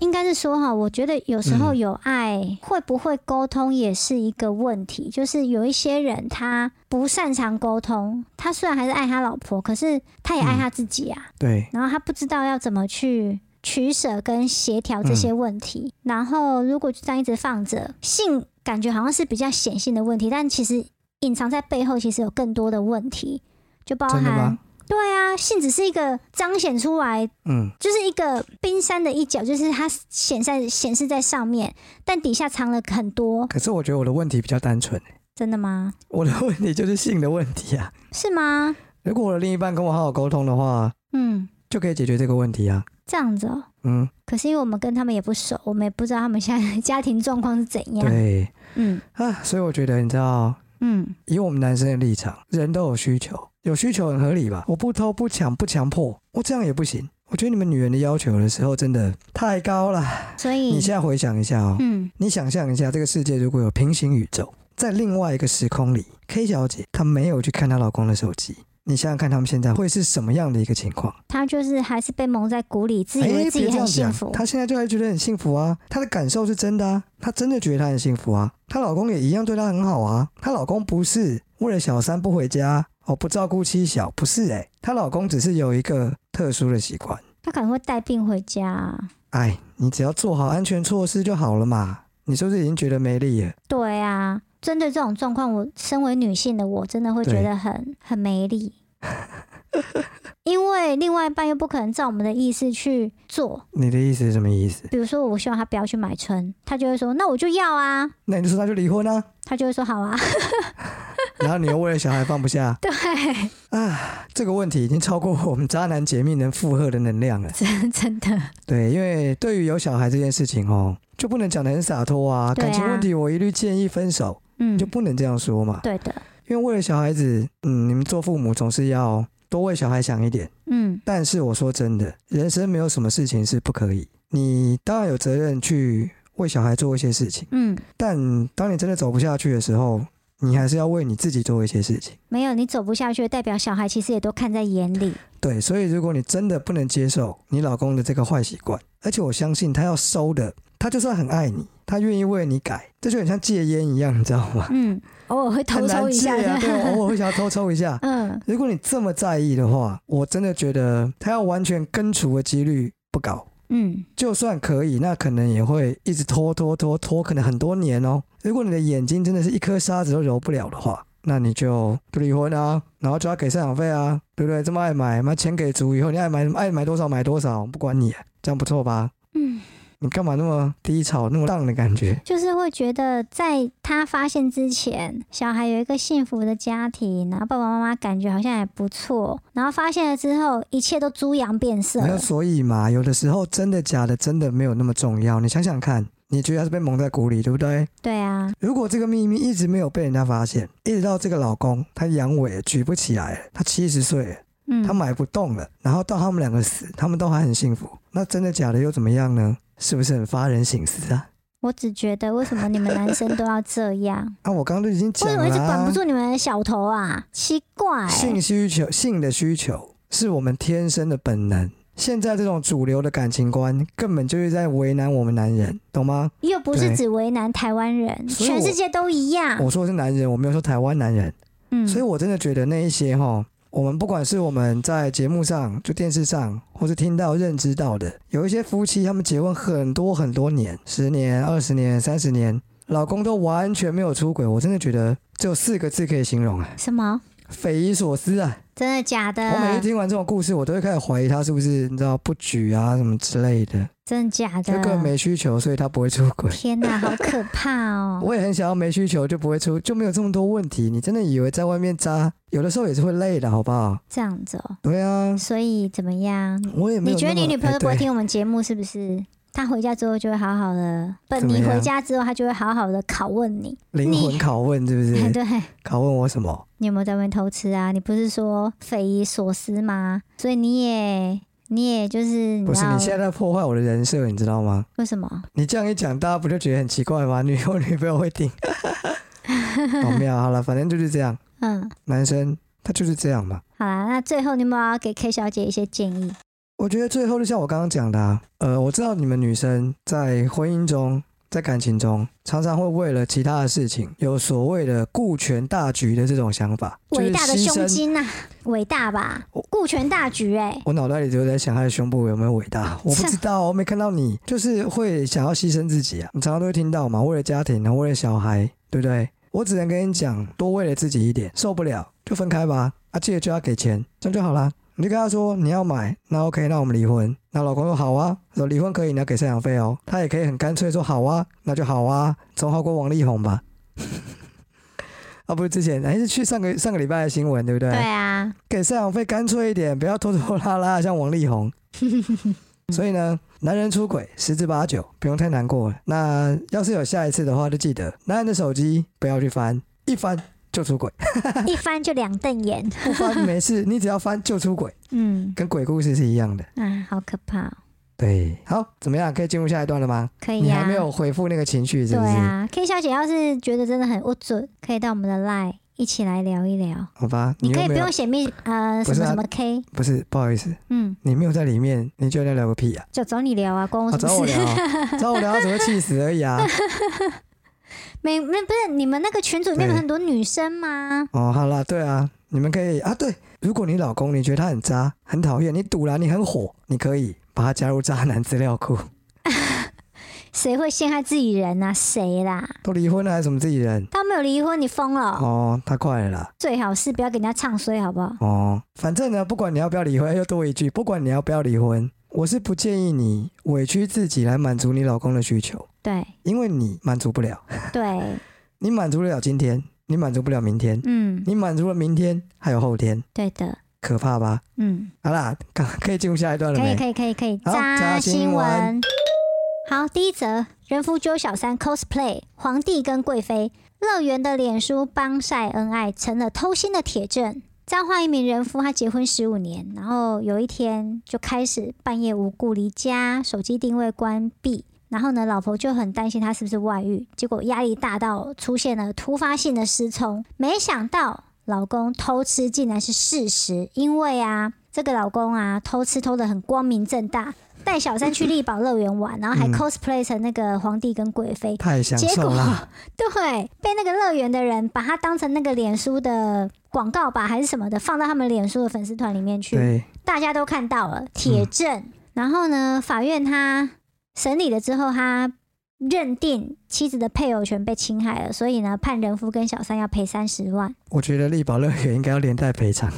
应该是说哈，我觉得有时候
嗯
有爱、会不会沟通也是一个问题，就是有一些人他不擅长沟通，他虽然还是爱他老婆，可是他也爱他自己啊。
对，
然后他不知道要怎么去取舍跟协调这
嗯
些问题。然后如果就这样一直放着，性感觉好像是比较显性的问题，但其实隐藏在背后，其实有更多的问题，就包
真的
含
吗？
对啊，性只是一个彰显出来，
嗯，
就是一个冰山的一角，就是它显在显示在上面，但底下藏了很多。
可是我觉得我的问题比较单纯，欸
真的吗？
我的问题就是性的问题啊。
是吗？
如果我的另一半跟我好好沟通的话，
嗯，
就可以解决这个问题啊。
这样子哦。
嗯，
可是因为我们跟他们也不熟，我们也不知道他们现在的家庭状况是怎样。
对
嗯
啊，所以我觉得你知道，
嗯，
以我们男生的立场，人都有需求，有需求很合理吧？我不偷不抢不强迫，我这样也不行。我觉得你们女人的要求有的时候真的太高了。
所以
你现在回想一下哦，
嗯，
你想象一下，这个世界如果有平行宇宙，在另外一个时空里，K 小姐她没有去看她老公的手机，你想想看他们现在会是什么样的一个情况？
他就是还是被蒙在鼓里，自以
哎，
为自
别
己
这样
很幸
讲
福，。
她现在就还觉得很幸福啊，她的感受是真的啊，她真的觉得她很幸福啊，她老公也一样对她很好啊，她老公不是为了小三不回家哦，不照顾妻小，不是哎、她老公只是有一个特殊的习惯，
他可能会带病回家、啊
哎，你只要做好安全措施就好了嘛，你是不是已经觉得没力了？
对啊，针对这种状况，我身为女性的我真的会觉得很很没力， 因为另外一半又不可能照我们的意思去做。
你的意思是什么意思？
比如说，我希望他不要去买春，他就会说：“那我就要啊。
那你就说那就离婚啊，”
他就会说：“好啊。，
然后你又为了小孩放不下”
对，
啊，这个问题已经超过我们渣男姐妹能负荷的能量了。
真真的，
对，因为对于有小孩这件事情哦，就不能讲得很洒脱啊。
对啊
感情问题我一律建议分手，
嗯
就，不能这样说嘛。
对的，
因为为了小孩子，嗯，你们做父母总是要多为小孩想一点。
嗯，
但是我说真的，人生没有什么事情是不可以。你当然有责任去为小孩做一些事情，
嗯，
但当你真的走不下去的时候，你还是要为你自己做一些事情。
没有你走不下去，代表小孩其实也都看在眼里。
对，所以如果你真的不能接受你老公的这个坏习惯，而且我相信他要收的，他就算很爱你，他愿意为你改，这就很像戒烟一样，你知道吗？
嗯，偶尔会 偷
很难
抽一
戒
下，。
啊，对，偶尔会想要偷抽一下
嗯，
如果你这么在意的话，我真的觉得他要完全根除的几率不高。
嗯，
就算可以，那可能也会一直拖拖拖拖，可能很多年哦。如果你的眼睛真的是一颗沙子都揉不了的话，那你就就离婚啊，然后就要给赡养费啊，对不对？这么爱买，妈钱给足以后，你爱买爱买多少买多少，不管你，这样不错吧？
嗯，
你干嘛那么低潮、那么浪的感觉？
就是会觉得在他发现之前，小孩有一个幸福的家庭，然后爸爸妈妈感觉好像也不错，然后发现了之后，一切都猪羊变色
那
了。
所以嘛，有的时候真的假的真的没有那么重要。你想想看，你觉得他是被蒙在鼓里，对不对？
对啊，
如果这个秘密一直没有被人家发现，一直到这个老公他阳痿了举不起来了，他七十岁了。
嗯
他，买不动了，然后到他们两个死，他们都还很幸福，那真的假的又怎么样呢？是不是很发人省思啊？
我只觉得为什么你们男生都要这 样？
啊，我刚刚都已经
为
讲
什
了、
么
啊，
一直管不住你们的小头啊？奇怪、
性需求，性的需求是我们天生的本能。现在这种主流的感情观，根本就是在为难我们男人，懂吗？
又不是
对
只为难台湾人，
所以我
全世界都一样。
我说的是男人，我没有说台湾男人，
嗯，
所以我真的觉得那一些哈，我们不管是我们在节目上、就电视上，或是听到、认知到的，有一些夫妻他们结婚很多很多年，十年、二十年、三十年，老公都完全没有出轨，我真的觉得只有四个字可以形容啊，
嗯什么？
匪夷所思啊！
真的假的？
我每次听完这种故事，我都会开始怀疑他是不是你知道不举啊什么之类的，
真的假
就
的？
根本没需求，所以他不会出轨。
天哪，好可怕哦！
我也很想要没需求就不会出，就没有这么多问题。你真的以为在外面扎，有的时候也是会累的，好不好？
这样子哦，
对啊，
所以怎么样？
我也没有那
你
么。
觉得你女朋友
哎
都不会
对
听我们节目是不是？她回家之后就会好好的，不，
怎么
你
样
回家之后她就会好好的拷问你，
灵魂
你
拷问是不是？
对，
拷问我什么？
你有没有在外面偷吃啊？你不是说匪夷所思吗？所以你也，你也就是你
不
知
是，
道
你现在在破坏我的人设，你知道吗？
为什么？
你这样一讲，大家不就觉得很奇怪吗？女 友女朋友会听，好妙，好了，反正就是这样，
嗯，
男生他就是这样嘛。
好啦，那最后你有没有要给 K 小姐一些建议？
我觉得最后就像我刚刚讲的、啊，呃，我知道你们女生在婚姻中、在感情中，常常会为了其他的事情有所谓的顾全大局的这种想法，就是
伟大的
牺
胸
牲。
襟呐、伟大吧
我，
顾全大局哎、
我脑袋里就在想他的胸部有没有伟大，我不知道，我没看到你，就是会想要牺牲自己啊。你常常都会听到嘛，为了家庭，然后为了小孩，对不对？我只能跟你讲，多为了自己一点，受不了就分开吧。啊，记得就要给钱，这样就好啦。你就跟他说你要买，那 OK，那我们离婚。那老公说好啊，说离婚可以，你要给赡养费哦。他也可以很干脆说好啊，那就好啊，总好过王力宏吧。 啊，不是之前还是去上个上个礼拜的新闻，对不
对 啊，
给赡养费干脆一点，不要拖拖拉拉， 像王力 宏。所以呢，男人出轨十之八九，不用太难过了。那要是有下一次的话，就记得男人的手机不要去翻，一翻就出轨，
一翻就两瞪眼，
不翻 没事，你只要翻就出轨，
嗯，
跟鬼故事是一样的。
啊，好可怕哦、
对，好，怎么样？可以进入下一段了吗？
可以啊
你
呀、
还没有回复那个情绪，是
对
不是？
啊，K 小姐要是觉得真的很不准，可以到我们的 Line 一起来聊一聊。
好吧，
你可
又
以不
没有
用，写密呃
不
什
是
么
啊
什么 K，
不是，不好意思，
嗯，
你没有在里面，你就在聊个屁啊！
就找你聊啊，关我
啊
什
找我
么事？
聊啊，找我聊，只会气死而已啊！
没没不是 你们那个群组里面
对
有很多女生吗？
哦，好啦，对啊，你们可以啊，对，如果你老公你觉得他很渣、很讨厌，你堵了，你很火，你可以把他加入渣男资料库。
谁会陷害自己人啊？谁啦？
都离婚了还是什么自己人？
他没有离婚，你疯了哦？
哦，太快了啦。
最好是不要给人家唱衰，好不好？
哦，反正呢，不管你要不要离婚，又多一句，不管你要不要离婚，我是不建议你委屈自己来满足你老公的需求，
对
因为你满足不了，
对，
你满足得了今天，你满足不了明天，
嗯，
你满足了明天还有后天，
对的，
可怕吧？
嗯，
好啦，可可以进入下一段了
可以
没？
可以可以可以，
好渣
渣
新
新
闻
闻。好，第一则，人夫揪小三 cosplay 皇帝跟贵妃，乐园的脸书帮晒恩爱成了偷心的铁证。彰化一名人夫，他结婚十五年，然后有一天就开始半夜无故离家，手机定位关闭，然后呢，老婆就很担心他是不是外遇，结果压力大到出现了突发性的失聪，没想到老公偷吃竟然是事实，因为啊，这个老公啊偷吃偷的很光明正大，带小三去力宝乐园玩，然后还
嗯
cosplay 成那个皇帝跟贵妃，
太享
结
受
果
啦，
对，被那个乐园的人把他当成那个脸书的广告吧，还是什么的，放到他们脸书的粉丝团里面去，
对，
大家都看到了铁证。然后呢，法院他审理了之后，他认定妻子的配偶权被侵害了，所以呢，判人夫跟小三要赔三十万。
我觉得力宝乐园应该要连带赔 偿。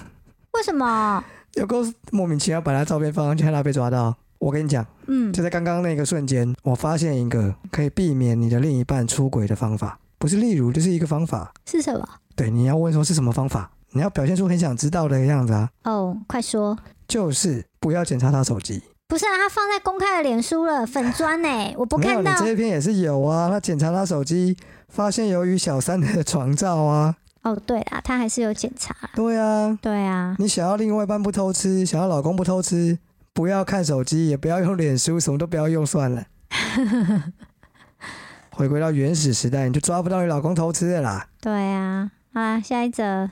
为什么？
有够莫名其妙把他照片放上去，害他被抓到。我跟你讲，
嗯，
就在刚刚那个瞬间，我发现一个可以避免你的另一半出轨的方法，不是例如，就是一个方法。
是什么？
对，你要问说是什么方法，你要表现出很想知道的样子啊，
哦，快说！
就是不要检查他手机。
不是啊，他放在公开的脸书了，粉砖呢、我不
没
看
有，你
到。
这一篇也是有啊，他检查他手机，发现由于小三的床照啊，
哦，对啦，他还是有检查啦。
对啊，
对啊，
你想要另外一半不偷吃，想要老公不偷吃，不要看手机，也不要用脸书，什么都不要用算了。回归到原始时代，你就抓不到你老公偷吃的啦。
对啊。好啦，下一则。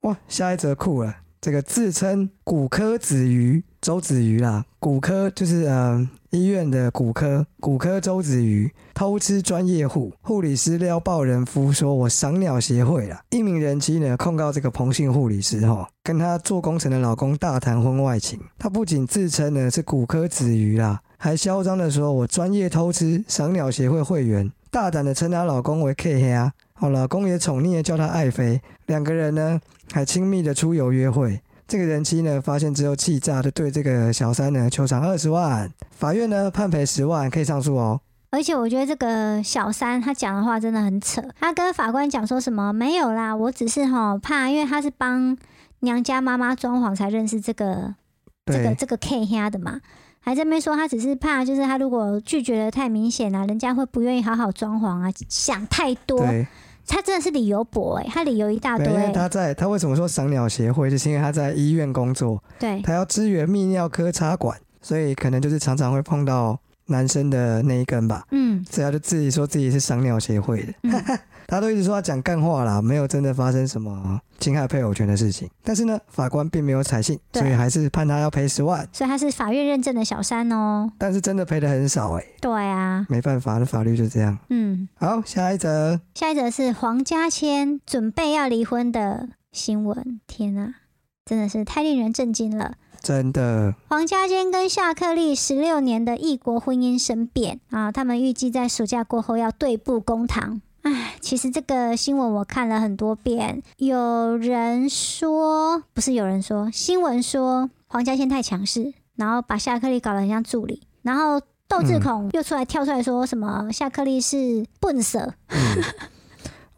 哇，下一则酷了，这个自称骨科子瑜周子瑜啦，骨科就是嗯、医院的骨科，骨科周子瑜偷吃专业户，护理师撩爆人夫，说我赏鸟协会啦。一名人妻呢控告这个彭姓护理师哈，跟她做工程的老公大谈婚外情，她不仅自称呢是骨科子瑜啦，还嚣张的说我专业偷吃，赏鸟协会会员，哦大胆的称她老公为 K 黑啊。好，老公也宠溺的叫她爱妃，两个人呢还亲密的出游约会。这个人妻呢，发现之后气炸，就对这个小三呢求偿二十万，法院呢判赔十万，可以上诉哦。
而且我觉得这个小三他讲的话真的很扯，他跟法官讲说什么没有啦，我只是哈怕，因为他是帮娘家妈妈装潢才认识这个这个
对，
这个 K 黑的嘛，还在那边说他只是怕，就是他如果拒绝的太明显啊，人家会不愿意好好装潢啊，想太多。
对，
他真的是理由博哎、他理由一大堆欸
对，因为他在他为什么说赏鸟协会，就是因为他在医院工作，
对
他要支援泌尿科插管，所以可能就是常常会碰到男生的那一根吧，
嗯
所以他就自己说自己是赏鸟协会的。
嗯
他都一直说他讲干话啦，没有真的发生什么侵害配偶权的事情。但是呢，法官并没有采信，
对
所以还是判他要赔十万，
所以他是法院认证的小三哦、
但是真的赔的很少哎、
对啊，
没办法，那法律就这样。
嗯，
好，下一则，
下一则是黄家千准备要离婚的新闻，天啊，真的是太令人震惊了。
真的
黄家坚跟夏克立十六年的异国婚姻生变啊，他们预计在暑假过后要对簿公堂。唉，其实这个新闻我看了很多遍，有人说不是有人说，新闻说黄家千太强势，然后把夏克立搞得很像助理，然后窦智孔又出来跳出来说什么夏克立是笨蛇，
嗯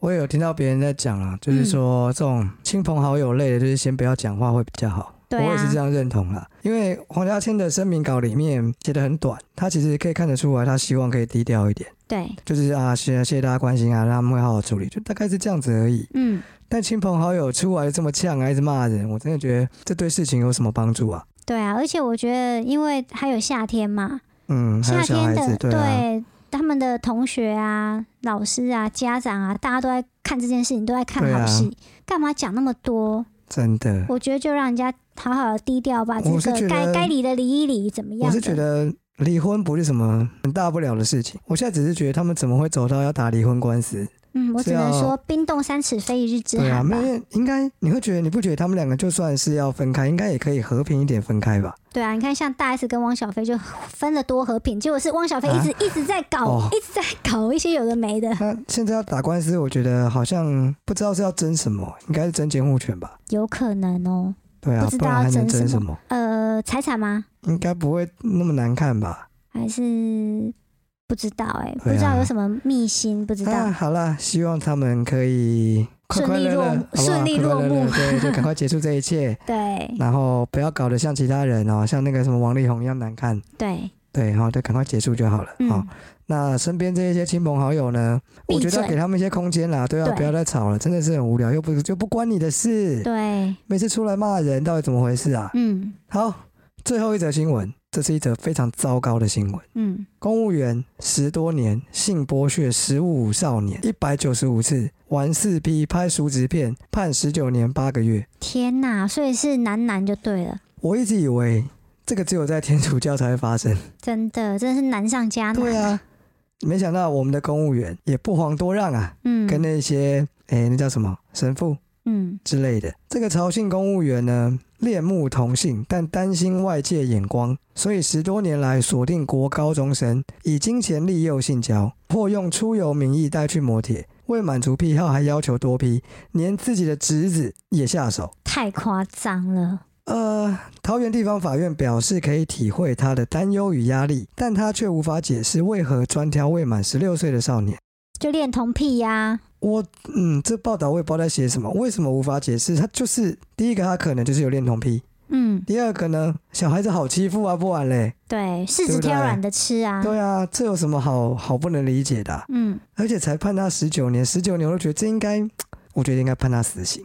我也有听到别人在讲啊，就是说这种亲朋好友类的，就是先不要讲话会比较好。
对
我也是这
啊，
样认同啦，因为黄家千的声明稿里面写的很短，他其实可以看得出来，他希望可以低调一点，
对，
就是啊，谢谢谢大家关心啊，让他们会好好处理，就大概是这样子而已。
嗯，
但亲朋好友出来这么呛，还一直骂人，我真的觉得这对事情有什么帮助啊？
对啊，而且我觉得因为还有夏天嘛，
嗯，还有
夏
小孩
天
子，
的
对啊，
他们的同学啊、老师啊、家长啊，大家都在看这件事情，都在看
对
好
啊
戏，干嘛讲那么多？
真的，
我觉得就让人家好好的低调吧，这
我是觉
个
得
该该离的离一离，怎么样？
我是觉，得离婚不是什么很大不了的事情，我现在只是觉得他们怎么会走到要打离婚官司？
嗯，我只能
是要
说冰冻三尺非一日之
对啊，
寒
没
吧。
有应该你会觉得你不觉得他们两个就算是要分开，应该也可以和平一点分开 吧？
对啊，你看像大 S 跟汪小菲就分了多和平，结果是汪小菲一直、一直在搞，
啊哦
一直在搞一些有的没的，
那现在要打官司，我觉得好像不知道是要争什么，应该是争监护权吧？
有可能哦。
对啊
不，知
不
道
然还能
争
争
什
什么？
呃，财产吗？
应该不会那么难看吧？
还是不知道哎、不
对啊
知道有什么秘辛，不知道。
啊，好啦，希望他们可以快快乐乐，
顺利落
好不好
顺利落幕
快快乐乐对，就赶快结束这一 切，
对
然后不要搞得像其他人哦，像那个什么王力宏一样难看。
对，
对，好、就赶快结束就好了。好、
嗯，
那身边这一些亲朋好友呢，
闭
我觉得
嘴
要给他们一些空间啦，对啊，
对
不要再吵了，真的是很无聊，又不就不关你的事，
对，
每次出来骂人，到底怎么回事啊？
嗯
好，最后一则新闻，这是一则非常糟糕的新闻。
嗯，
公务员十多年性剥削十五少年一百九十五次，玩四批拍熟职片，判十九年八个月。
天哪，所以是男男就对了，
我一直以为这个只有在天主教才会发 生，
真的，真的是难上加难。
对啊，没想到我们的公务员也不遑多让啊，
嗯，
跟那些诶、那叫什么神父
嗯
之类的。这个曹姓公务员呢，恋慕同性，但担心外界眼光，所以十多年来锁定国高中生，以金钱利诱性交，或用出游名义带去摩铁。为满足癖好，还要求多批，连自己的侄子也下手。
太夸张了，
呃，桃园地方法院表示可以体会他的担忧与压力，但他却无法解释为何专挑未满十六岁的少年。
就恋童癖呀、
我嗯，这报道我也不知道在写什么，为什么无法解释？他就是第一个，他可能就是有恋童癖，
嗯，
第二个呢，小孩子好欺负啊，不然嘞。
对，柿
对
子
不对
挑软的吃啊，
对啊，这有什么好好不能理解的啊、
嗯，
而且才判他十九年，十九年我都觉得这应该，我觉得应该判他死刑，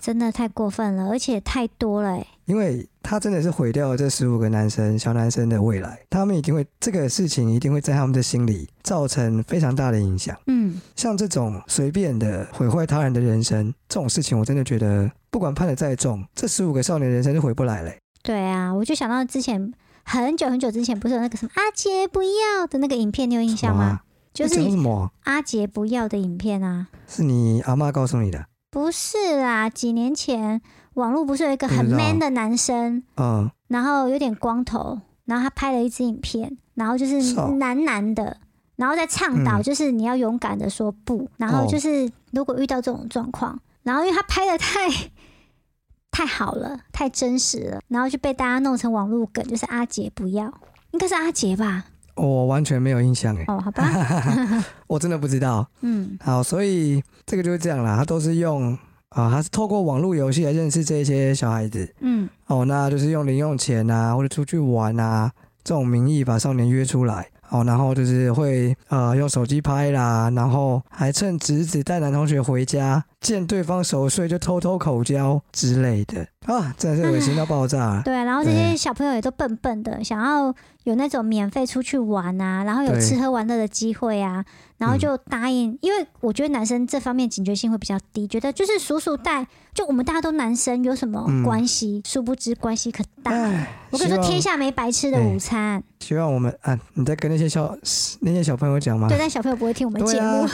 真的太过分了，而且太多了、欸，
因为他真的是毁掉了这十五个男生小男生的未来，他们一定会这个事情一定会在他们的心里造成非常大的影响。
嗯，
像这种随便的毁坏他人的人生这种事情，我真的觉得不管判的再重，这十五个少年人生就回不来了、
对啊，我就想到之前很久很久之前不是有那个什么阿杰不要的那个影片，你有印象
什么
吗
啊？
就
在讲
是
什么？
阿杰不要的影片啊，
是你阿妈告诉你的？
不是啦，几年前网络不是有一个很
不知道
man 的男生，
嗯，
然后有点光头，然后他拍了一支影片，然后就是
是哦
男男的，然后再倡导
嗯
就是你要勇敢的说不，然后
哦
就是如果遇到这种状况，然后因为他拍的太 太好了，太真实了，然后就被大家弄成网络梗，就是阿杰不要，应该是阿杰吧？
我完全没有印象哎，
哦，好 吧，
我真的不知道。
嗯
好，所以这个就是这样啦，他都是用啊，他是透过网络游戏来认识这些小孩子
嗯
哦，那就是用零用钱啊，或者出去玩啊这种名义把少年约出来哦，然后就是会呃用手机拍啦，然后还趁侄子带男同学回家见对方熟睡就偷偷口交之类的啊，真的是恶心到爆炸 了。
对，然后这些
对
小朋友也都笨笨的，想要有那种免费出去玩啊，然后有
对嗯
吃喝玩乐的机会啊，然后就答应，因为我觉得男生这方面警觉性会比较低，觉得就是叔叔带，就我们大家都男生有什么
嗯
关系？殊不知关系可大。
唉，
嗯啊我跟你
希
说，
望
天下没白吃的午餐。
希望我们啊，你在跟那些小那些小朋友讲吗？
对，但小朋友不会听我们
对
节目
啊。，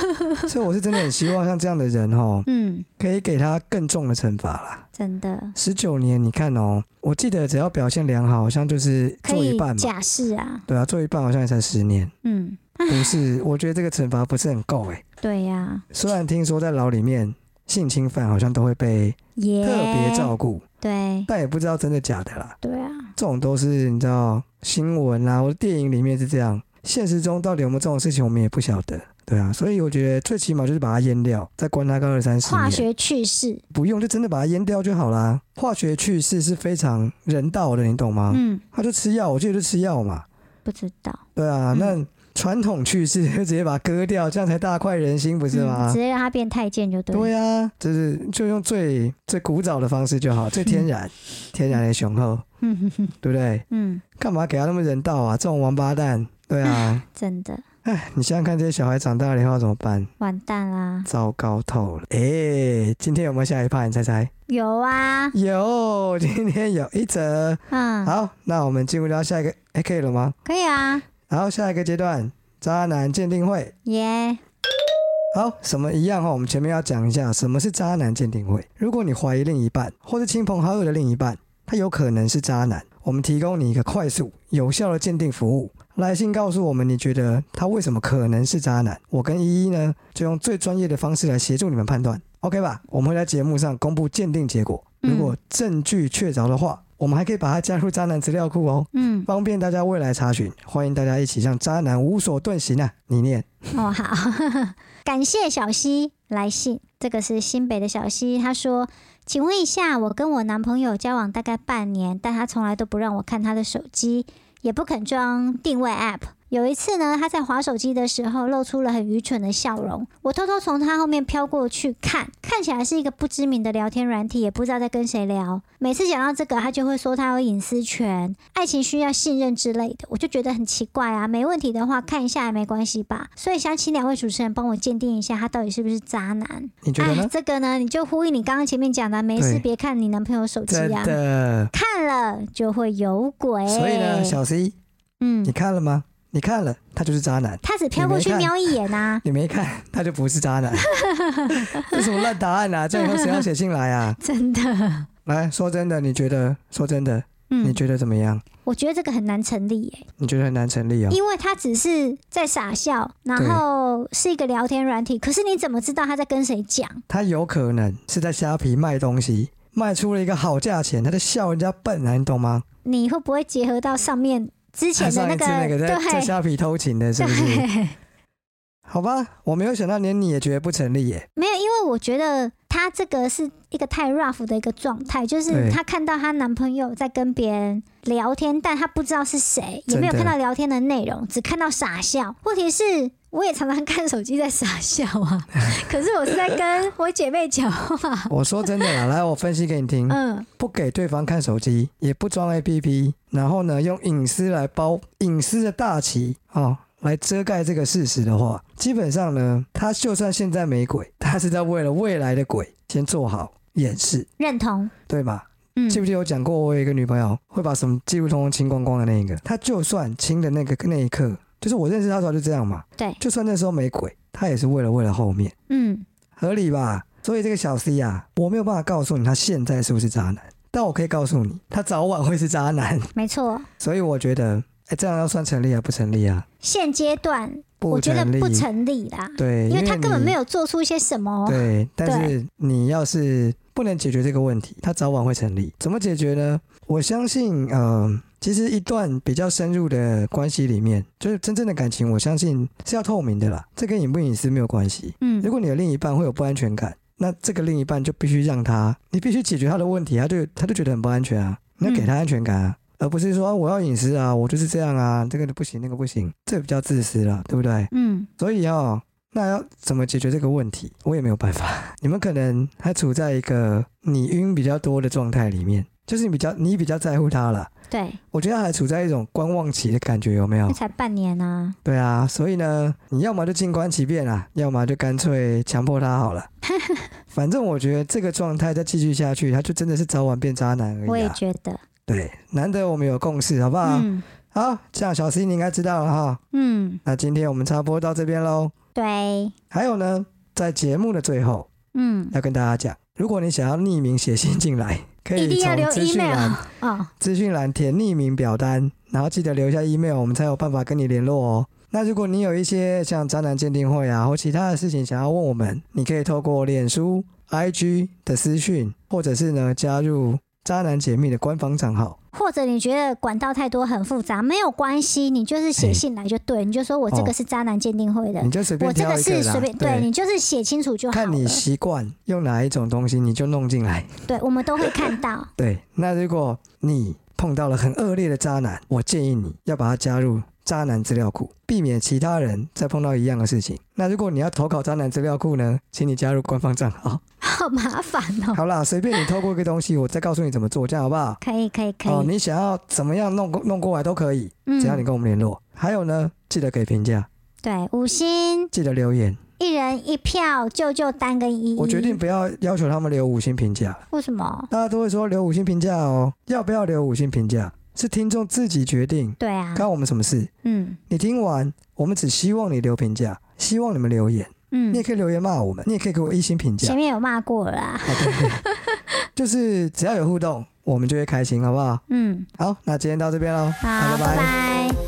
所以我是真的很希望像这样的人哦，
嗯，
可以给他更重的惩罚啦。
真的
十九年，你看哦，我记得只要表现良好，好像就是
可
做一
以
半嘛。
假释啊。
对啊，做一半好像也才十 年，
嗯，
不是？我觉得这个惩罚不是很够诶。
对呀、
虽然听说在牢里面，性侵犯好像都会被
耶、
特别照顾，
对
但也不知道真的假的啦。
对啊，
这种都是你知道新闻啊，或者电影里面是这样，现实中到底有没有这种事情，我们也不晓得。对啊，所以我觉得最起码就是把它淹掉，再关它个二三十
化
年。
学去世。
不用，就真的把它淹掉就好啦。化学去世是非常人道的，你懂吗？
嗯，
他就吃药，我记得就吃药嘛。
不知道。
对啊，
嗯
那传统去世 就直接把它割掉，这样才大快人心，不是
嗯
吗？
直接让他变太监就对了。
对啊，就是就用最最古早的方式就好，最天然、天然的雄厚，
嗯哼哼，
对不对？
嗯，
干嘛给他那么人道啊？这种王八蛋，对 啊，
真的
哎，你想想看，这些小孩长大了以后要怎么办？
完蛋啦！
糟糕透了。哎、今天有没有下一趴？你猜猜？
有啊，
有，今天有一则。
嗯，
好，那我们进入到下一个，哎、可以了吗？
可以啊，
然后下一个阶段，渣男鉴定会。
耶、
好，什么一样哈？我们前面要讲一下什么是渣男鉴定会。如果你怀疑另一半或是亲朋好友的另一半，他有可能是渣男，我们提供你一个快速有效的鉴定服务。来信告诉我们你觉得他为什么可能是渣男，我跟依依呢就用最专业的方式来协助你们判断，OK 吧？我们会在节目上公布鉴定结果，如果证据确凿的话，我们还可以把它加入渣男资料库哦。
嗯，
方便大家未来查询，欢迎大家一起向渣男无所遁形啊！你念，
哦，好， 感谢小溪来信，这个是新北的小溪，他说：“请问一下，我跟我男朋友交往大概半年，但他从来都不让我看他的手机，也不肯装定位 App。有一次呢，他在划手机的时候露出了很愚蠢的笑容，我偷偷从他后面飘过去看，看起来是一个不知名的聊天软体，也不知道在跟谁聊。每次讲到这个，他就会说他有隐私权，爱情需要信任之类的，我就觉得很奇怪啊。没问题的话，看一下也没关系吧。所以想请两位主持人帮我鉴定一下，他到底是不是渣男？
你觉得
哎
呢？
这个呢，你就呼应你刚刚前面讲的，没事
对
别看你男朋友手机
真
啊，
的。
看了就会有鬼。
所以呢，小 C，
哎嗯
你，看了吗？你看了，他就是渣男；
他只飘过去
你没看
瞄一眼啊，
你没看， 他就不是渣男。这什么烂答案啊？ 这以后谁要写信来啊？
真的。
来说真的，你觉得？说真的，你
嗯，
觉得怎么样？
我觉得这个很难成立耶、
你觉得很难成立哦。
因为他只是在傻笑，然后是一个聊天软体，可是你怎么知道他在跟谁讲？
他有可能是在虾皮卖东西，卖出了一个好价钱，他在笑人家笨啊，你懂吗？
你会不会结合到上面之前
他上一
的
次那个在在
对
虾皮偷情的，是不是？
对，
好吧，我没有想到连你也觉得不成立耶。
没有，因为我觉得他这个是一个太 rough 的一个状态，就是
对
她看到她男朋友在跟别人聊天，但她不知道是谁，也
真的
没有看到聊天的内容，只看到傻笑。问题是。我也常常看手机在傻笑 啊，可是我是在跟我姐妹讲话。
我说真的啦，来我分析给你 听，
嗯，
不给对方看手机，也不装 APP，然后呢用隐私来包隐私的大旗哦。来遮盖这个事实的话，基本上呢，他就算现在没鬼，他是在为了未来的鬼先做好掩饰，
认同。
对吧？
嗯，
记不记得我讲过，我有一个女朋友会把什么记录通通清光光的那一个，她就算清的那个那一刻，就是我认识她的时候就这样嘛，
对
就算那时候没鬼，她也是为了为了后面。
嗯，
合理吧？所以这个小 C 啊，我没有办法告诉你他现在是不是渣男，但我可以告诉你，他早晚会是渣男。
没错。
所以我觉得，哎、这样要算成立还不成立啊？
现阶段我
不
觉
成
得
立，
不成立啦，
对，
因为他根本没哦
有
有做出一些什么。
对。但是你要是不能解决这个问题，它早晚会成立。怎么解决呢？我相信，呃，其实一段比较深入的关系里面，就是真正的感情，我相信是要透明的啦。这跟隐不隐私没有关系。
嗯
如果你的另一半会有不安全感，那这个另一半就必须让他，你必须解决他的问题，他就他就觉得很不安全啊，你要给他安全感啊，而不是说、啊我要隐私啊，我就是这样啊，这个不行，那个不行，这比较自私了，对不对？
嗯
所以哦，那要怎么解决这个问题，我也没有办法。 你们可能还处在一个你晕比较多的状态里面，就是你比较你比较在乎他了。
对，
我觉得还处在一种观望期的感觉，有没有
那？才半年啊，
对啊，所以呢，你要么就静观其变啊，要么就干脆强迫他好了。 反正我觉得这个状态再继续下去，他就真的是早晚变渣男
我
而已
也
啊。
觉得，
对，难得我们有共识，好不好？
嗯
好，这样小 C 你应该知道了哈。
嗯，
那今天我们插播到这边喽。
对，
还有呢，在节目的最后
嗯，
要跟大家讲，如果你想要匿名写信进来，可
一
以
定要留
从资讯
email
栏
哦，
资讯栏填匿名表单，然后记得留下 email，我们才有办法跟你联络哦。那如果你有一些像渣男鉴定会啊或其他的事情想要问我们，你可以透过脸书、IG 的私讯，或者是呢加入渣男解密的官方账号。
或者你觉得管道太多很复杂，没有关系，你就是写信来就对，你就说我这个是渣男鉴定会的，
你就随便
我这
挑
个
一个
是
啦，
随便，对你就是写清楚就好
看
了
你。习惯用哪一种东西，你就弄进来。
对，我们都会看到。
对，那如果你碰到了很恶劣的渣男，我建议你要把他加入渣男资料库，避免其他人再碰到一样的事情。那如果你要投稿渣男资料库呢，请你加入官方账
哦
号。
好麻烦哦。
好啦，随便你透过一个东西，我再告诉你怎么做，这样好不好？
可以，可以，可
哦，
以。
你想要怎么样弄过弄过来都可以，
嗯
只要你跟我们联络。还有呢，记得给评价，
对五星，
记得留言。
一人一票，救救单跟依依。
我决定不要要求他们留五星评价，
为什么？
大家都会说留五星评价哦，要不要留五星评价是听众自己决定，
对啊，
关我们什么事？
嗯
你听完，我们只希望你留评价，希望你们留言。
嗯
你也，可以留言骂我们，你也可以给我一星评价
前。面有骂过了啊啦。
好的，就是只要有互动，我们就会开心，好不好？
嗯，
好，那今天到这边喽，
好，
拜
拜拜